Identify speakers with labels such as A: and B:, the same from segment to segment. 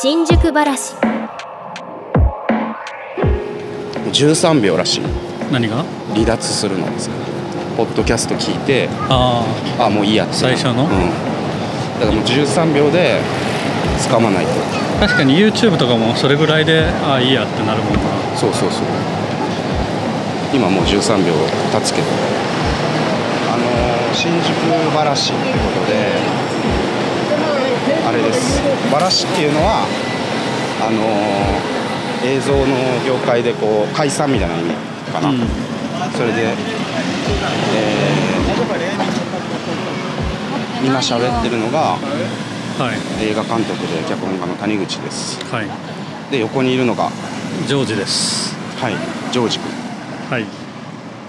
A: 新宿ばらし
B: 13秒らしい
C: 何が
B: 離脱するのですポッドキャスト聞いて
C: あ
B: あもういいやって
C: 最初の
B: うん、だからもう13秒で掴まないと
C: あ確かに YouTube とかもそれぐらいでああいいやってなるもんな
B: そうそうそう今もう13秒経つけどあのー新宿ばらしってことであれですばらしっていうのはあのー映像の業界でこう解散みたいな意味かな、
C: うん
B: それで、えー今喋ってるのが
C: はい
B: 映画監督で脚本家の谷口です
C: はい
B: で横にいるのがは
C: ジョージです
B: いジョージ君
C: はい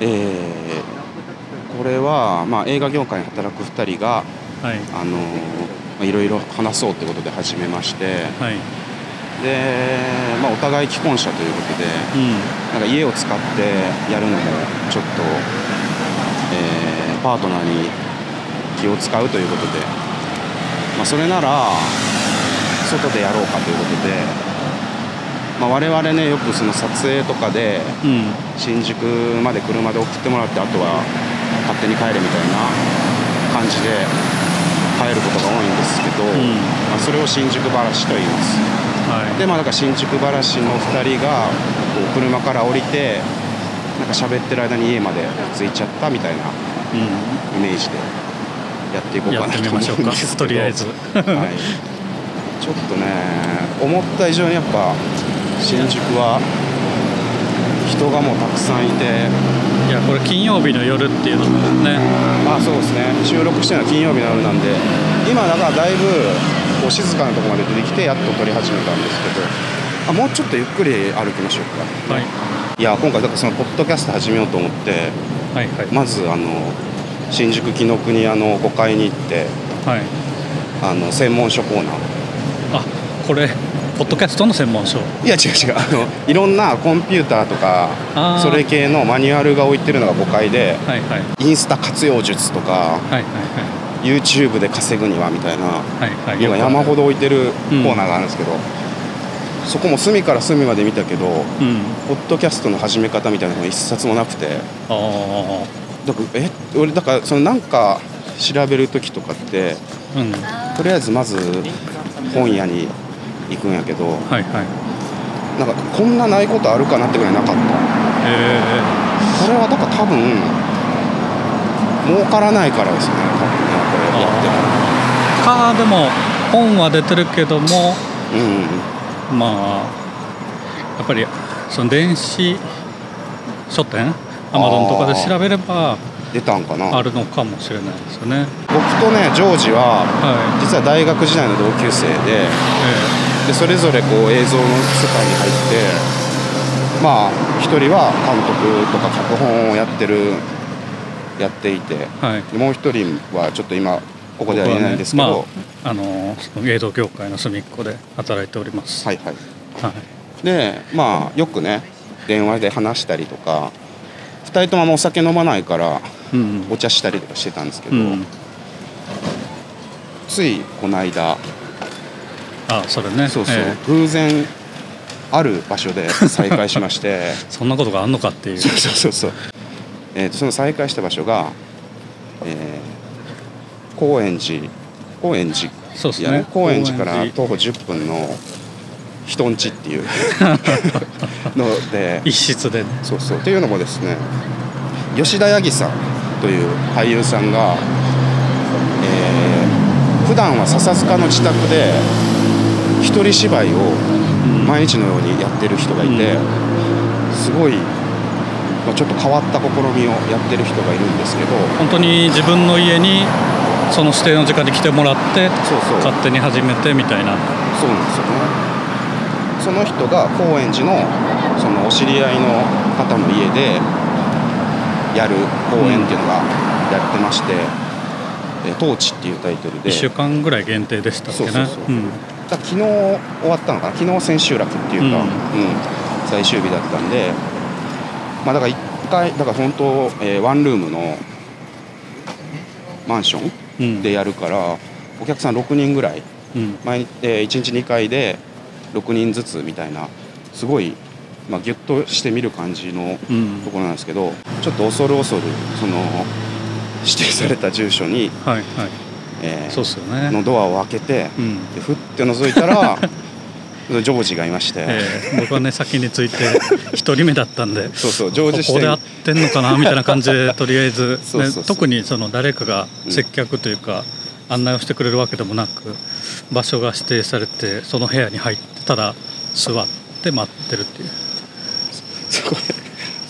B: えーこれは、まあ、映画業界に働く2人が、
C: はい
B: あのーまあいろいろ話そうってことで始めまして
C: はい
B: で、まあ、お互い既婚者ということで
C: う
B: なんか家を使ってやるのもちょっと、えーパートナーに気を使うということで、まあ、それなら外でやろうかということで、まあ、我々ねよくその撮影とかで
C: んうん
B: 新宿まで車で送ってもらってあとは勝手に帰れみたいな感じで帰ることが多いんですけど、
C: ん
B: まあ、それを新宿ばらしと言います
C: はい
B: でまあだから新宿ばらしの2人がこう車から降りてなんか喋ってる間に家まで着いちゃったみたいな
C: う
B: イメージでやっていこうんか
C: や
B: な
C: ってみ
B: と思うん
C: ま
B: で
C: し
B: す
C: ょう
B: けど
C: かとりあえず
B: はい、ちょっとね思った以上にやっぱ新宿は人がもうたくさんいて
C: いやこれ金曜日の夜っていうのもね
B: あそうですね収録してるのは金曜日の夜なんで今だからだいぶこう静かなところまで出てきてやっと撮り始めたんですけどあもうちょっとゆっくり歩きましょうか
C: はい
B: いや今回だからそのポッドキャスト始めようと思って
C: はいはい
B: まずあの新宿紀ノ国屋の5階に行って
C: はい
B: あの専門書コーナー
C: あこれポッドキャストの専門書
B: いや違う違うあのいろんなコンピューターとか
C: あー
B: それ系のマニュアルが置いてるのが5階で
C: はいはい
B: インスタ活用術とか
C: はいはい
B: YouTube で稼ぐにはみたいな
C: はいはいはい
B: のが
C: よく
B: 山ほど置いてるコーナーがあるんですけど、そこも隅から隅まで見たけど
C: うん
B: ポッドキャストの始め方みたいなのが一冊もなくて
C: ああ
B: だからえ俺だからそのなんか調べる時とかって
C: うん
B: とりあえずまず本屋に行くんやけど
C: はいはい
B: なんかこんなないことあるかなってぐらいなかった。
C: え
B: これはだから多分儲からないからですよね多分ねこれや
C: えかでも本は出てるけども
B: ってもうん
C: まあやっぱりその電子書店アマゾンとかで調べれば
B: 出たんかな
C: あるのかもしれないですよね
B: 僕とねジョージは
C: は
B: 実は大学時代の同級生で
C: い、え
B: でそれぞれこう映像の世界に入ってまあ一人は監督とか脚本をやってるやっていて
C: えはい
B: でもう一人はちょっと今ここでは言えないんですけど、
C: 僕はねまああのその芸能業界の隅っこで働いております、
B: はいいはい
C: はい、
B: でまあよくね電話で話したりとか2人ともあんまお酒飲まないから
C: うん
B: お茶したりとかしてたんですけ
C: う
B: ど、
C: ん
B: ついこの間
C: あそれね
B: そうそう、
C: ええ
B: 偶然ある場所で再会しまして
C: そんなことがあんの かっていう
B: そうそうそうそう、えーとその再会した場所が、えー高円寺高円寺
C: そうです
B: いやね
C: ね
B: 高円寺から
C: 高
B: 徒歩10分の人んちって いうので
C: 一室でね
B: そうそうというのもですね吉田柳さんという俳優さんが、えー普段は笹塚の自宅で一人芝居を毎日のようにやってる人がいて、
C: う
B: すごい、まあ、ちょっと変わった試みをやってる人がいるんですけど
C: 本当に自分の家にその指定の時間に来てもらって
B: そうそう
C: 勝手に始めてみたいな
B: そうなんですよねその人が高円寺のそのお知り合いの方の家でやる公演っていうのがやってまして「えートーチ」っていうタイトルで
C: 1週間ぐらい限定でしたっけね
B: そうそうそう
C: うん
B: だ昨日終わったのかな昨日千秋楽っていうか、
C: うん
B: うん最終日だったんで、まあ、だから1回だから本当、えーワンルームのマンショ
C: うん
B: ンでやるから、お客さん6人ぐらい
C: うん
B: 毎、え1日2回で6人ずつみたいなすごい、まあ、ギュッとして見る感じの
C: うん
B: ところなんですけどちょっと恐る恐るその指定された住所に、
C: はいはい
B: えー
C: そうっすよね
B: のドアを開けて、
C: うん
B: でふって覗いたら ジョージがいまして、
C: えー僕はね先に ついて一人目だったんで
B: そうそうジョージ
C: こ
B: 視
C: こで
B: 点
C: 合ってんのかなみたいな感じでとりあえず、ね、
B: そうそうそう
C: 特にその誰かが接客というか、案内をしてくれるわけでもなく場所が指定されてその部屋に入ってただ座って待ってるっていう
B: そこで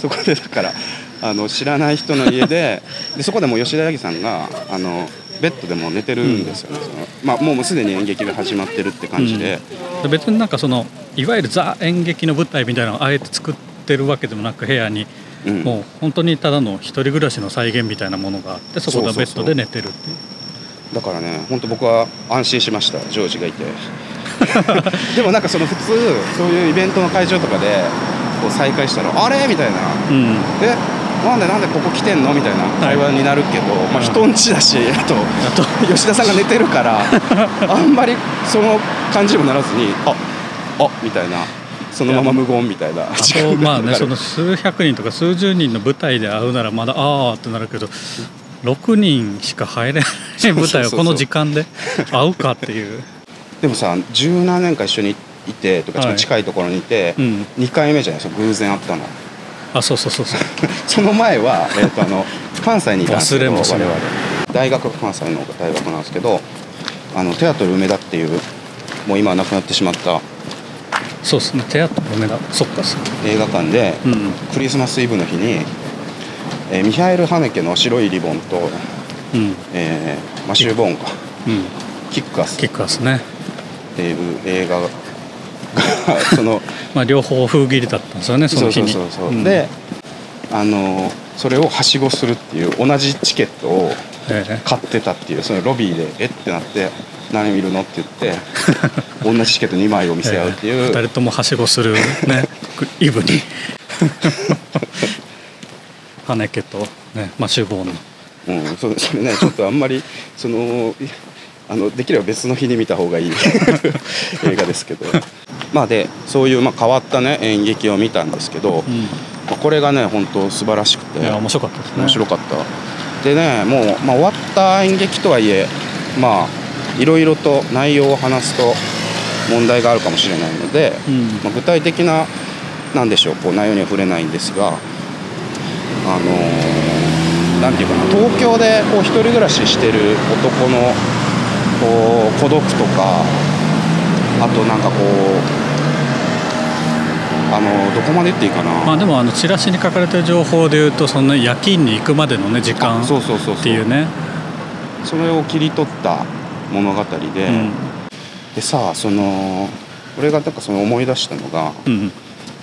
B: そこでだからあの知らない人の家ででそこでもう吉田八木さんがあのベッドでもう寝てるんですよね、そのまあ、もうすでに演劇が始まってるって感じで、
C: で別になんかそのいわゆるザ演劇の舞台みたいなのをあえて作ってるわけでもなく部屋に、
B: うん
C: もう本当にただの一人暮らしの再現みたいなものがあってそこでベッドで寝てるっていう
B: だからね本当僕は安心しましたジョージがいて でもなんかその普通そういうイベントの会場とかでこう再会したら「あれ?」みたいな
C: うん
B: 「えなんでなんでここ来てんの?」みたいな会話になるけど、ま
C: う
B: あ、
C: ん
B: 人んちだしあと
C: あと
B: 吉田さんが寝てるから あんまりその感じにもならずにああみたいなそのまま無言みたいな
C: あ
B: 時間が
C: とまあね
B: かか
C: そ
B: る
C: の数百人とか数十人の舞台で会うならまだああってなるけど6人しか入れない舞台をこの時間で会うかっていう
B: でもさ十何年間一緒にいてとか、
C: はい
B: 近いところにいて、
C: うん
B: 二2回目じゃないですか偶然会ったの
C: あそうそうそうそう
B: その前 は、えー、とあの関西にいたんですけど
C: 忘れもしない
B: 我々大学関西の大学なんですけどあのテアトル梅田っていうもう今はなくなってしまった
C: そうですね手当たりめだそっかそっか
B: 映画館で、
C: うん
B: クリスマスイブの日に、えーミハエル・ハネケの「白いリボン」と
C: うん
B: えーマシュー・ボーンか
C: うん
B: キックアス
C: キックアスね
B: っていう映画が その
C: まあ両方封切りだったんですよね その日に
B: そうそうそうそう、
C: うん
B: であのそれをはしごするっていう同じチケットを
C: ええ
B: 買ってたっていうそのロビーでえってなって何見るのって言って 同じチケット2枚を見せ合うっていう、
C: 2人ともはしごする ねイブに羽根家とねマシューボーンの
B: うん、そそれねちょっとあんまりそのいあのできれば別の日に見た方が いい映画ですけどまあでそういう、まあ、変わったね演劇を見たんですけど、
C: うん
B: まあこれがね本当素晴らしくて
C: いや面白かったですね
B: 面白かったでねもう、まあ、終わった演劇とはいえまあいろいろと内容を話すと問題があるかもしれないので、
C: うん
B: まあ、具体的ななんでしょうこう内容には触れないんですがあのーなんていうかな東京でこう一人暮らししてる男のこう孤独とかあとなんかこうあのどこまで言っていいかな、
C: まあでもあのチラシに書かれてる情報でいうとその夜勤に行くまでのね時間
B: あそうそうそうそう
C: っていうね
B: それを切り取った物語で、
C: うん
B: でさその俺がなんかその思い出したのが
C: うん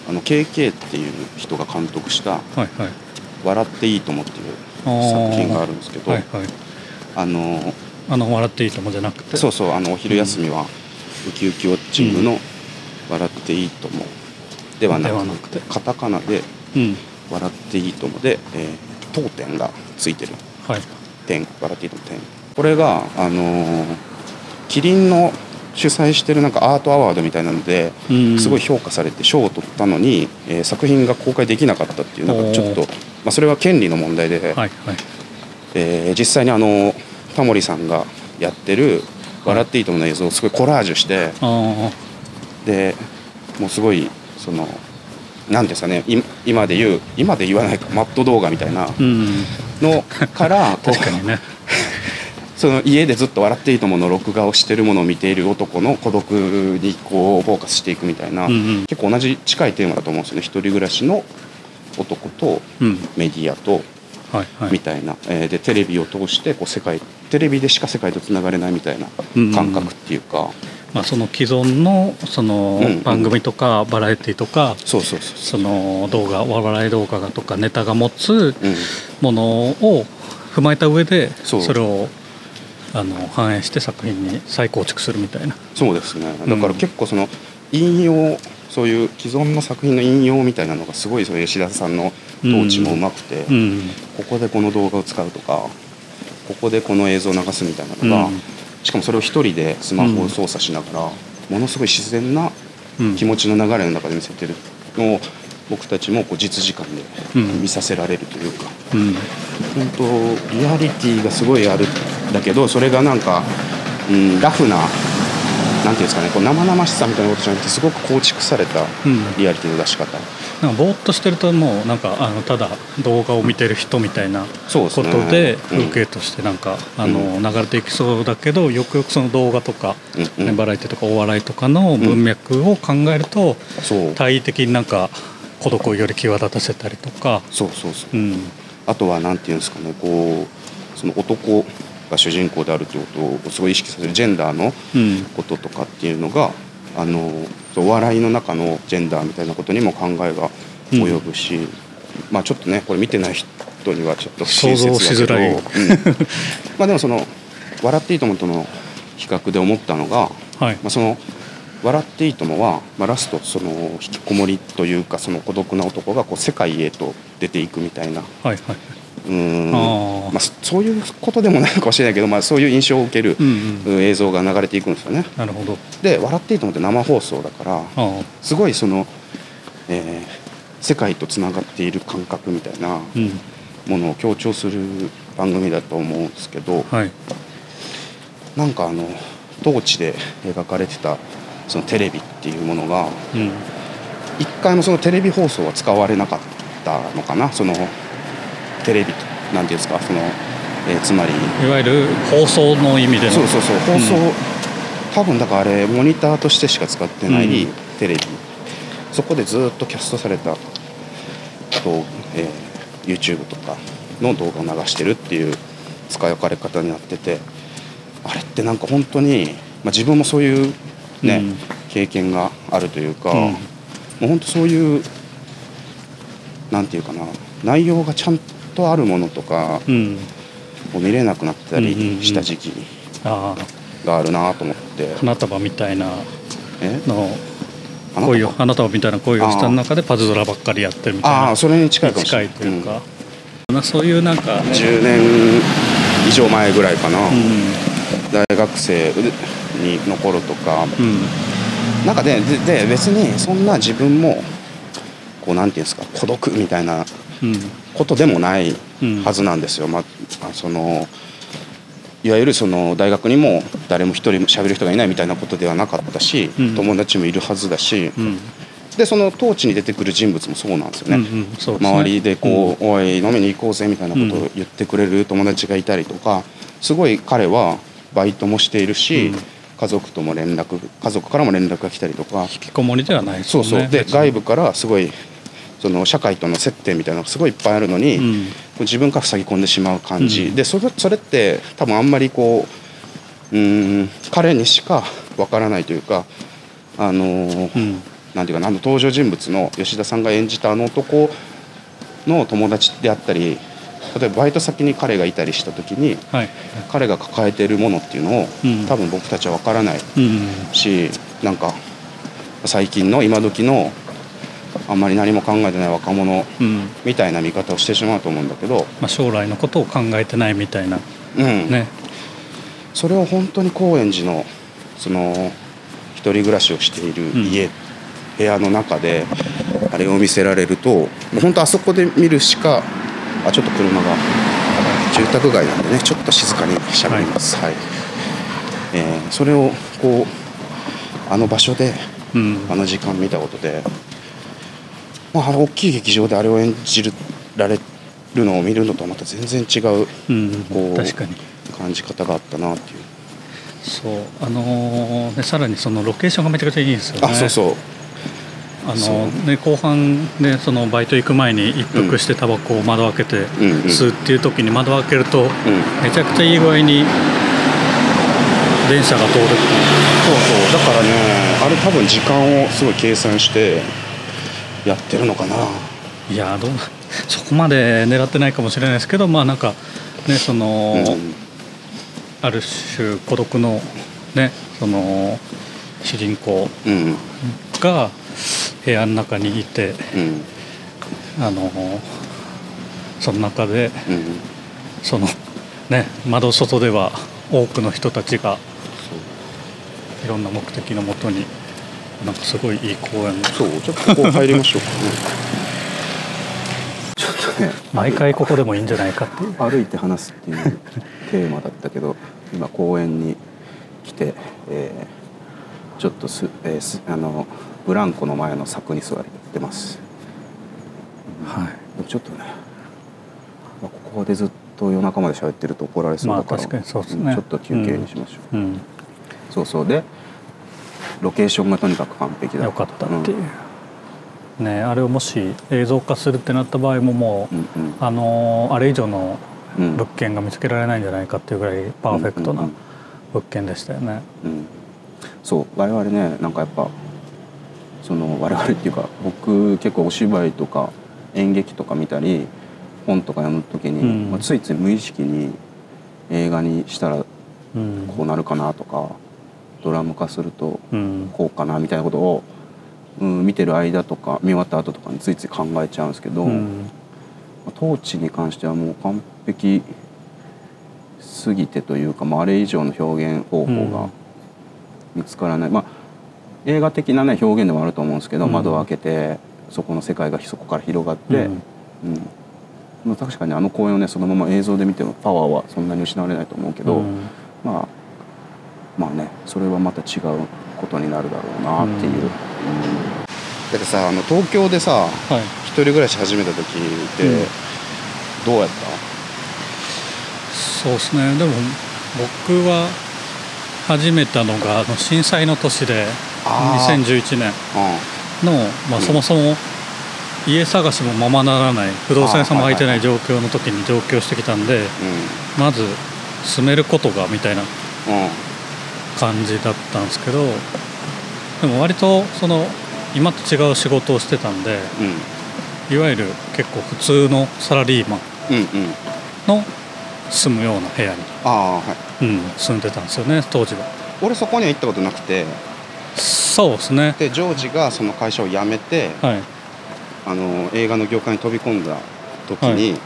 B: あの KK っていう人が監督した
C: はいはい
B: 「笑っていいとも」っていう
C: あー
B: 作品があるんですけど
C: はいはい
B: あの
C: あの笑っていいともじゃなくて
B: そうそうあのお昼休みはウキウキウォッチングの「笑っていいとも」ではな
C: ではなく
B: く
C: て
B: てカタカナで
C: うん
B: 「笑っていいとも」で、えー当店がついてる
C: はい
B: 点笑っていいとも点これがあのーキリンの主催してるなんかアートアワードみたいなので
C: うん
B: すごい評価されて賞を取ったのに、えー作品が公開できなかったっていうなん
C: おー
B: かちょっと、まあ、それは権利の問題で、
C: はいはい
B: えー実際にあのタモリさんがやってる「笑っていいとも」の映像をすごいコラージュして
C: あ
B: でもうすごいその何ですかねい今で言う今で言わないかマット動画みたいな
C: あうん
B: の からこう
C: 確かにね
B: その家でずっと「笑っていいとも」の録画をしてるものを見ている男の孤独にこうフォーカスしていくみたいな、
C: うんうん
B: 結構同じ近いテーマだと思うんですよね一人暮らしの男と
C: うん
B: メディアと
C: はいは
B: み
C: い
B: たいな、えーでテレビを通してこう世界テレビでしか世界とつながれないみたいな
C: うん
B: 感覚っていうか、
C: まあその既存のその
B: うんうん
C: 番組とかバラエティとか
B: そうそうそう
C: その動画お笑い動画とかネタが持つ
B: うん、
C: ものを踏まえた上で
B: そ
C: そうれをあの反映して作品に再構築するみたいな
B: そうですねだか
C: うん
B: ら結構その引用そういう既存の作品の引用みたいなのがすごいその吉田さんの統治もうまくて、
C: うん
B: ここでこの動画を使うとかここでこの映像を流すみたいなのが、
C: うん
B: しかもそれを一人でスマホを操作しながら、ものすごい自然な
C: うん
B: 気持ちの流れの中で見せてるのを僕たちもこう実時間で
C: うん
B: 見させられるというか、
C: うん
B: 本当リアリティがすごいあるんだけどそれがなんか、うん、ラフななんていうんですかねこう生々しさみたいなことじゃなくてすごく構築された
C: うん
B: リアリティの出し方、
C: なんかぼーっとしてるともうなんかあのただ動画を見てる人みたいな
B: そうです
C: こ
B: ね
C: とで
B: うん
C: 風景としてなんか、あ
B: う
C: の流れていきそうだけどよくよくその動画とか、
B: うんうん
C: ね、バラエティとかお笑いとかの文脈を考えると、
B: そう
C: 対位的になんか孤独をより際立たせたりとか、
B: そうそうそう
C: うん、
B: あとはなんていうんですかねこうその男が主人公であるということをすごい意識させるジェンダーの
C: うん、
B: こととかっていうのがあのお笑いの中のジェンダーみたいなことにも考えが及ぶし、まあちょっとねこれ見てない人にはちょっと不親切だけど
C: 想像しづらい
B: うん まあでもその「笑っていいとも」との比較で思ったのが、
C: はい
B: まあ、その「笑っていいともは」まあ、ラストその引きこもりというかその孤独な男がこう世界へと出ていくみたいな
C: はいはい、
B: うーん
C: あー
B: まあ、そそういうことでもないのかもしれないけど、まあ、そういう印象を受ける、
C: うんうん、
B: うん映像が流れていくんですよね。
C: なるほど、
B: で「笑っていいと思って生放送だから
C: あ
B: すごいその、えー世界とつながっている感覚みたいな
C: ーうん、
B: ものを強調する番組だと思うんですけど、
C: はい、
B: なんかあの当地で描かれてたそのテレビっていうものが
C: うん、
B: 一回もそのテレビ放送は使われなかったのかなそのテレビなんていうんですかその、えーつまり
C: いわゆる放送の意味での
B: そうそうそう放送、
C: うん
B: 多分だからあれモニターとしてしか使ってない
C: うん
B: テレビ、そこでずっとキャストされた動、えー YouTube とかの動画を流してるっていう使い分かれ方になっててあれってなんか本当に、まあ、自分もそういうね、
C: うん
B: 経験があるというか、
C: うん
B: もう本当そういうなんていうかな内容がちゃんとあるものとか
C: うん、
B: を見れなくなったりした時期、
C: ああ
B: があるなと思って。
C: 花束みたいな
B: え
C: の
B: あなた
C: 恋を花束みたいな恋をした中でパズドラばっかりやってるみたいな
B: ああ、それに近いかもし
C: 近
B: れ
C: い
B: ない。
C: というか、なそういうなんか、
B: うん10年以上前ぐらいかな、
C: う
B: 大学生にの頃とか、
C: んうん
B: なんかででで別にそんな自分もこうなんていうんですか孤独みたいな
C: うん
B: ことでもない
C: うん
B: はずなんですよ。まあそのいわゆるその大学にも誰も一人も喋る人がいないみたいなことではなかったし、
C: うん
B: 友達もいるはずだし、
C: うん
B: でその当地に出てくる人物もそうなんですよね。
C: うんうんそうですね
B: 周りでこう、おい飲みに行こうぜみたいなことを言ってくれる友達がいたりとかすごい彼はバイトもしているし、
C: うん
B: 家族とも連絡家族からも連絡が来たりとか
C: 引きこもりではないです
B: そ
C: よ
B: う
C: ね
B: そうで外部からすごいその社会との接点みたいなのがすごいいっぱいあるのに、
C: うん
B: こう自分から塞ぎ込んでしまう感じ、
C: うん
B: でそれそれって多分あんまりこううーん彼にしかわからないというかあのー
C: うん
B: なんていうかなあの登場人物の吉田さんが演じたあの男の友達であったり例えばバイト先に彼がいたりした時に
C: はい
B: 彼が抱えているものっていうのを、
C: うん
B: 多分僕たちは分からない
C: うん
B: しなんか最近の今時のあんまり何も考えてない若者
C: うん
B: みたいな見方をしてしまうと思うんだけど、
C: まあ将来のことを考えてないみたいな
B: うん
C: ね
B: それを本当に高円寺のその一人暮らしをしている家、部屋の中であれを見せられるともう本当あそこで見るしかあちょっと車が住宅街なんでねちょっと静かにしゃべります、はいえーそれをこうあの場所で
C: うん
B: あの時間見たことで、まあ、あの大きい劇場であれを演じられるのを見るのとはまた全然違う
C: うん
B: こう
C: 確かに
B: 感じ方があったなっていう。
C: そうあのーねさらにそのロケーションがめちゃくちゃいいですよね
B: あそうそう
C: あ
B: そ
C: のね、後半ねそのバイト行く前に一服してタバコを窓開けて
B: んうん
C: 吸うっていう時に窓開けると
B: うん
C: めちゃくちゃいい具合に電車が通るっ
B: そう
C: ていう
B: そうだからねあれ多分時間をすごい計算してやってるのかない
C: やーどうなそこまで狙ってないかもしれないですけどまあなんかねその、
B: うん
C: ある種孤独のねその主人公
B: うん
C: が部屋の中にいて
B: うん
C: あのその中で
B: うん
C: そのね窓外では多くの人たちがいろんな目的のもとになんかすごいいい公園
B: そうじゃあここ入りましょうか、ちょっとね
C: 毎回ここでもいいんじゃないかっていう
B: 歩いて話すっていうテーマだったけど今公園に来て、えーちょっとす、えーすあのブランコの前の柵に座ってます
C: はい
B: でもちょっとね、まあ、ここでずっと夜中まで喋ってると怒られそうだから,、
C: まあ確かにそうですね
B: んちょっと休憩にしましょう、
C: うん
B: そうそうでロケーションがとにかく完璧だ
C: よかったっていう
B: うん、
C: ねあれをもし映像化するってなった場合ももう、
B: うんうん
C: あのーあれ以上の
B: うん
C: 物件が見つけられないんじゃないかっていうぐらいパーフェクト
B: う
C: なん
B: うんうん
C: 物件でしたよね、
B: うん、そう我々ねなんかやっぱその我々っていうか僕結構お芝居とか演劇とか見たり本とか読む時に、
C: うん
B: まあ、ついつい無意識に映画にしたら
C: うん
B: こうなるかなとかドラマ化すると
C: うん
B: こうかなみたいなことを、うん、見てる間とか見終わった後とかについつい考えちゃうんですけど、
C: うん
B: まあトーチに関してはもう完璧すぎてというか、まあ、あれ以上の表現方法
C: うん
B: が見つからない、まあ映画的な、ね、表現でもあると思うんですけど、
C: うん
B: 窓を開けてそこの世界がそこから広がって、
C: うん
B: うんまあ、確かにあの公演をねそのまま映像で見てもパワーはそんなに失われないと思うけど、
C: うん
B: まあまあねそれはまた違うことになるだろうなっていう。
C: うん
B: うんだってさあの東京でさ
C: はい
B: 一人暮らし始めた時って、
C: うん
B: どうやっ
C: そうですねでも僕は始めたのがあの震災の年で
B: あー
C: 2011年
B: た、うん、
C: の、まあ、そもそも家探しもままならない不動産屋さんも空いてない状況の時に上京してきたんで
B: う
C: まず住めることがみたいなん
B: うん
C: 感じだったんですけどでも割とその今と違う仕事をしてたんでいわゆる結構普通のサラリーマン
B: うんうん
C: の住むような部屋に、
B: ああはい
C: うん、住んでたんですよね当時は
B: 俺そこには行ったことなくて
C: そうですね
B: でジョージがその会社を辞めて
C: はい
B: あの映画の業界に飛び込んだ時に、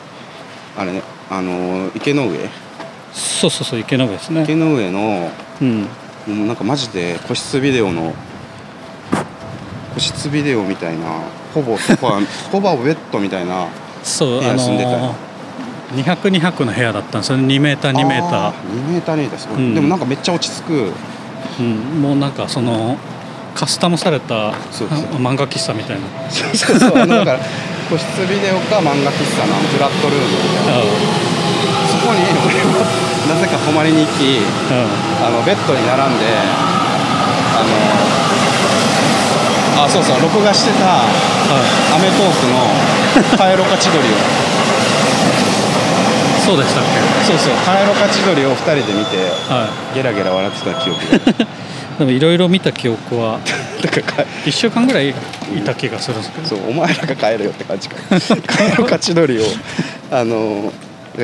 B: あれねあの池の上
C: そうそうそう池上ですね
B: 池の上の
C: うん
B: もうなんかマジで個室ビデオの個室ビデオみたいなほぼソファ ーほぼベッドみたいな
C: そう
B: 部
C: あ
B: 屋住んでたよ
C: の200200の部屋だったんですよね2メーター2メーター
B: 2メーター2メーターすごい、
C: うん
B: でもなんかめっちゃ落ち着く
C: うん、もうなんかそのカスタムされた
B: そうそう
C: 漫画喫茶みたいな
B: そうそうそうあのだから個室ビデオか漫画喫茶のフラットルームみたいなそこに俺もなぜか泊まりに行き
C: う
B: あのベッドに並んであのあそうそう録画してた『
C: んはい
B: アメトーーク』の「カエロカ千鳥」を
C: そうでしたっ
B: そうそう「カエロカ千鳥」を2人で見て
C: けは
B: ゲラゲラ笑ってた記 憶が
C: いでもいろいろ見た記憶は
B: だからか
C: 1週間ぐらいいた気がするんですけど
B: そうお前らが帰れよって感じか 帰ろうか千鳥を あの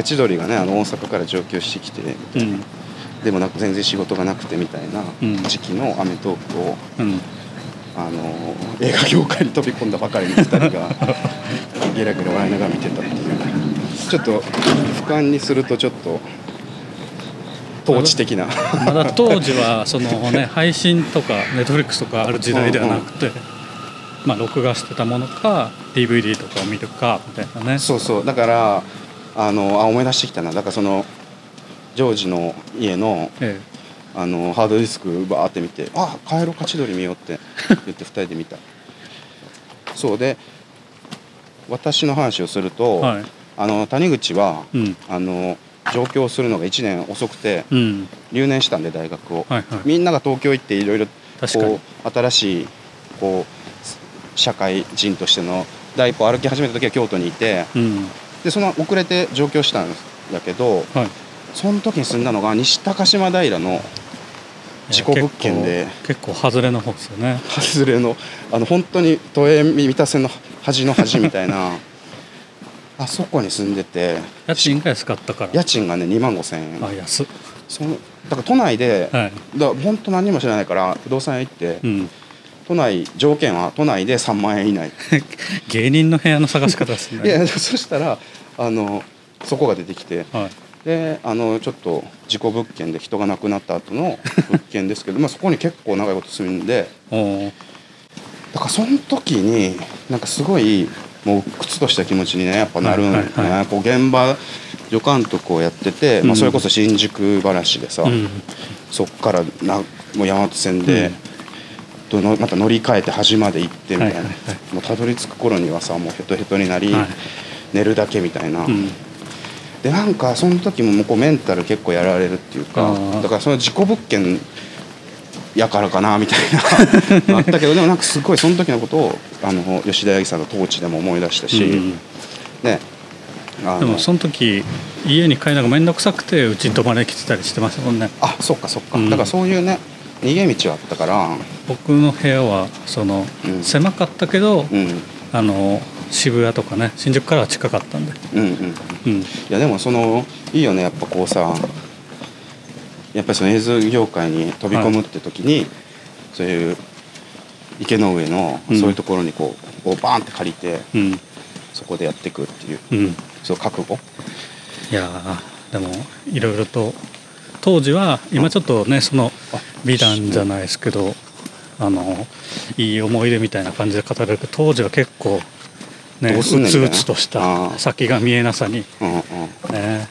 B: 千鳥がねあの大阪から上京してきて、
C: うん
B: でもなんか全然仕事がなくてみたいな
C: うん
B: 時期の『アメトーク』を、
C: うん
B: あの映画業界に飛び込んだばかりの2人 がゲラゲラ笑いながら見てたっていうちょっと俯瞰にするとちょっと統治的な
C: まだ当時はそのね配信とかネットフリックスとかある時代ではなくてまあ録画してたものか DVD とかを見るかみたいなね
B: そうそうだからあのあ思い出してきたなだからそのジョージの家の
C: え
B: あのハードディスクバーって見て「あカエロカチドリ見よう」って言って2人で見たそうで私の話をする
C: え
B: と、
C: はい
B: あの谷口は、
C: うん
B: あの上京するのが1年遅くて
C: うん
B: 留年したんで大学を、
C: はいはい
B: みんなが東京行っていろいろ
C: 確かに
B: こう新しいこう社会人としての第一歩を歩き始めた時は京都にいて
C: うん
B: でその遅れて上京したんだけど
C: はい
B: その時に住んだのが西高島平の事故物件で
C: 結構結構外れの方ですよね
B: 外れのあの本当に都営三田線の端の端みたい なあそこに住んでて
C: 家賃が安かったから
B: 家賃がね2万5千円
C: あ安っ
B: そのだから都内で、
C: はい
B: だから本当何にも知らないから不動産屋行って、
C: うん
B: 都内条件は都内で3万円以 内、
C: 芸人の部屋の探し方ですね
B: いやそしたらあのそこが出てきて
C: はい
B: であのちょっと事故物 件で人が亡くなった後の物件ですけどまあそこに結構長いこと住んで
C: おー
B: だからその時になんかすごいもう靴とした気持ちにねやっぱなるんよね、
C: はいはいは
B: こう現場助監督をやってて、ま
C: う
B: あ、
C: ん
B: それこそ新宿話でさ、
C: うん
B: そっからなもう山手線で、とのまた乗り換えて端まで行ってみたいな、
C: はいはいは
B: もうたどり着く頃にはさもうヘトヘトになり、
C: はい
B: 寝るだけみたいな、
C: うん
B: でなんかその時ももうこうメンタル結構やられるっていうか
C: あー
B: だからその事故物件やからかなみたい なあったけどでもなんかすごいその時のことをあの吉田八木さんの統治でも思い出したし、
C: うん
B: ねあ
C: でもそ
B: の
C: の時家に帰るのが面倒くさくてうちに泊まりに来てたりしてましたもんね
B: あそっかそっか、
C: うん
B: だからそういうね逃げ道はあったから、
C: 僕の部屋はその、
B: うん
C: 狭かったけど、
B: うん、
C: あの渋谷とかね新宿からは近かったんで、
B: うんうん
C: うん、
B: いやでもそのいいよねやっぱこうさやっぱりその映像業界に飛び込むって時に、そういう池の上のそう
C: う
B: い
C: ん
B: うところにこう、をバーンって借りて
C: うん
B: そこでやっていくっていう
C: うん
B: そう覚悟
C: いやーでもいろいろと当時は今ちょっとねその美談じゃないですけどあのいい思い出みたいな感じで語られるけど当時は結構ね
B: ど
C: う
B: うすんねんみ
C: つ
B: たいな
C: うつとし
B: あ
C: た
B: ー
C: 先が見えなさに
B: うんうん
C: ね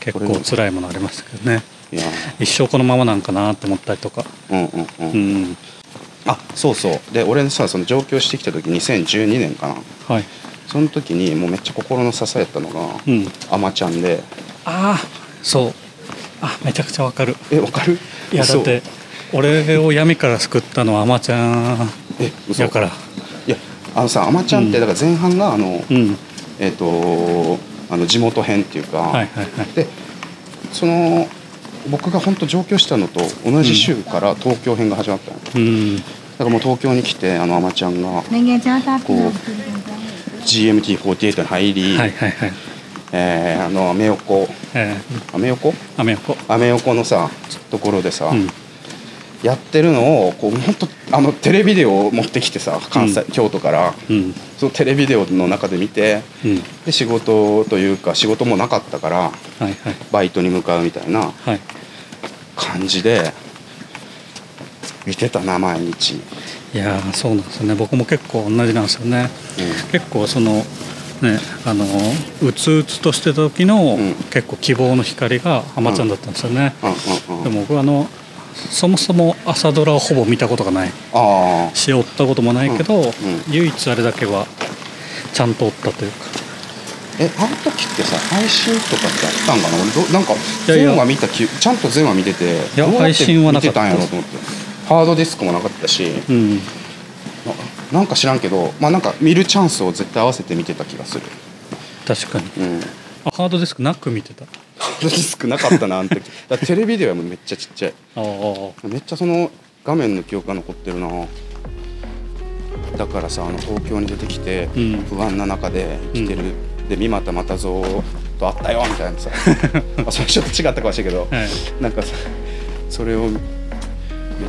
C: 結構辛いものありましたけどね
B: いや
C: 一生このままなんかなと思ったりとか
B: うんうんうん、
C: うん
B: あそうそうで俺さその上京してきた時2012年かな
C: はい
B: その時にもうめっちゃ心の支えたのが
C: うん
B: 「あまちゃんで」
C: ああそうあめちゃくちゃわかる
B: えわかる
C: いやだって俺を闇から救ったのはアマちゃん
B: 嘘え嘘
C: やから
B: いやあのさ「あまちゃん」ってだから前半があの、
C: うん
B: えっ、とあの地元編っていうか、
C: はいはいはい
B: でその僕が本当上京したのと同じ週から東京編が始まったの、だ
C: うん
B: からもう東京に来てあのアマちゃんがこう GMT48 に入り、
C: はいはいはい
B: えーあのアメ横
C: え
B: アメ横
C: ー、アメ横
B: アメ横のさところでさ、
C: うん
B: やってるのをこう本当あのテレビデオを持ってきてさ関西、
C: う
B: 京都から
C: うん
B: そのテレビデオの中で見て
C: うん
B: で仕事というか仕事もなかったから
C: はいはい
B: バイトに向かうみたいな
C: はい
B: 感じで見てたな毎日、
C: いやーそうなんですよね僕も結構同じなんですよね結構そのねあのうつうつとしてた時の、
B: うん
C: 結構希望の光がアマちゃんだったんですよね、
B: うんうんうん
C: でも僕はあのそもそも朝ドラをほぼ見たことがない
B: ああ
C: し追ったこともないけど、
B: うんうん
C: 唯一あれだけはちゃんと追ったというか
B: えあの時ってさ配信とかってあったんかな俺どなんか
C: いやいや
B: 全話見た記ちゃんと全話見てて
C: いや
B: どうや
C: 配
B: って
C: 信
B: 見
C: はなか
B: て
C: った
B: たんやろうと思ってハードディスクもなかったし
C: うん
B: ななんか知らんけどまあなんか見るチャンスを絶対合わせて見てた気がする
C: 確かに
B: うん
C: あハードディスクなく見てたあ
B: ハードディスクなかったなあの時だからテレビではもうめっちゃちっちゃい
C: あ
B: めっちゃその画面の記憶が残ってるなだからさあの東京に出てきて
C: うん
B: 不安な中で生きてる、で三又又蔵と会ったよみたい なさあそれちょっと違ったかもしれんけど、
C: はい
B: なんかさそれをめ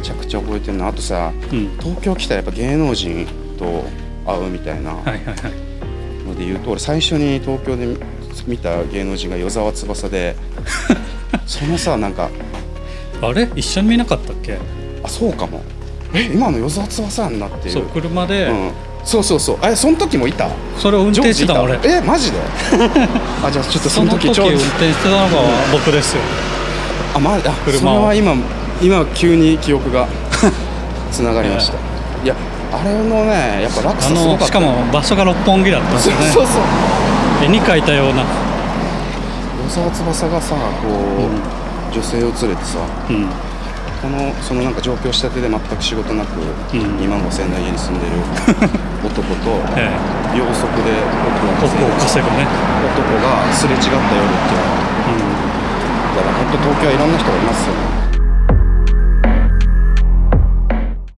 B: ちゃくちゃ覚えてるなあとさ
C: うん
B: 東京来たらやっぱ芸能人と会うみたいな
C: はいはいはい
B: ので言うと、俺最初に東京で見た芸能人が与沢翼 でそのさなんか
C: あれ一緒に見なかったっけ
B: あそうかもえ今の与沢翼やんなっていう
C: そう車で、
B: うん、そうそうそうえその時もいた
C: それを運
B: ジョー
C: 転し
B: ジ
C: て
B: い
C: た
B: た
C: 俺
B: えマジで あじゃあちょっとそ
C: そ
B: の
C: の時
B: 時ジョ
C: 運
B: ー
C: 転
B: ジ
C: してたのが僕ですよ
B: あまああそれ
C: 車を
B: は今今急に記憶が つながりました、いやあれのねやっぱ落
C: あ
B: 差すご
C: の
B: かっ
C: したかも場所が六本木だったんで
B: そ
C: す
B: う
C: よ
B: そう
C: ね
B: そう
C: 絵に描いたような
B: 与沢翼がさこう、
C: ん
B: 女性を連れてさ
C: うん
B: このそのなんか上京したてで全く仕事なく、
C: ん
B: 2万5千円の家に住んで る男と
C: ええ
B: 秒速で
C: ト
B: 男
C: ップを
B: が
C: 稼ぐね
B: 男がすれ違った夜っていうのはだから本当東京はいろんな人がいますよね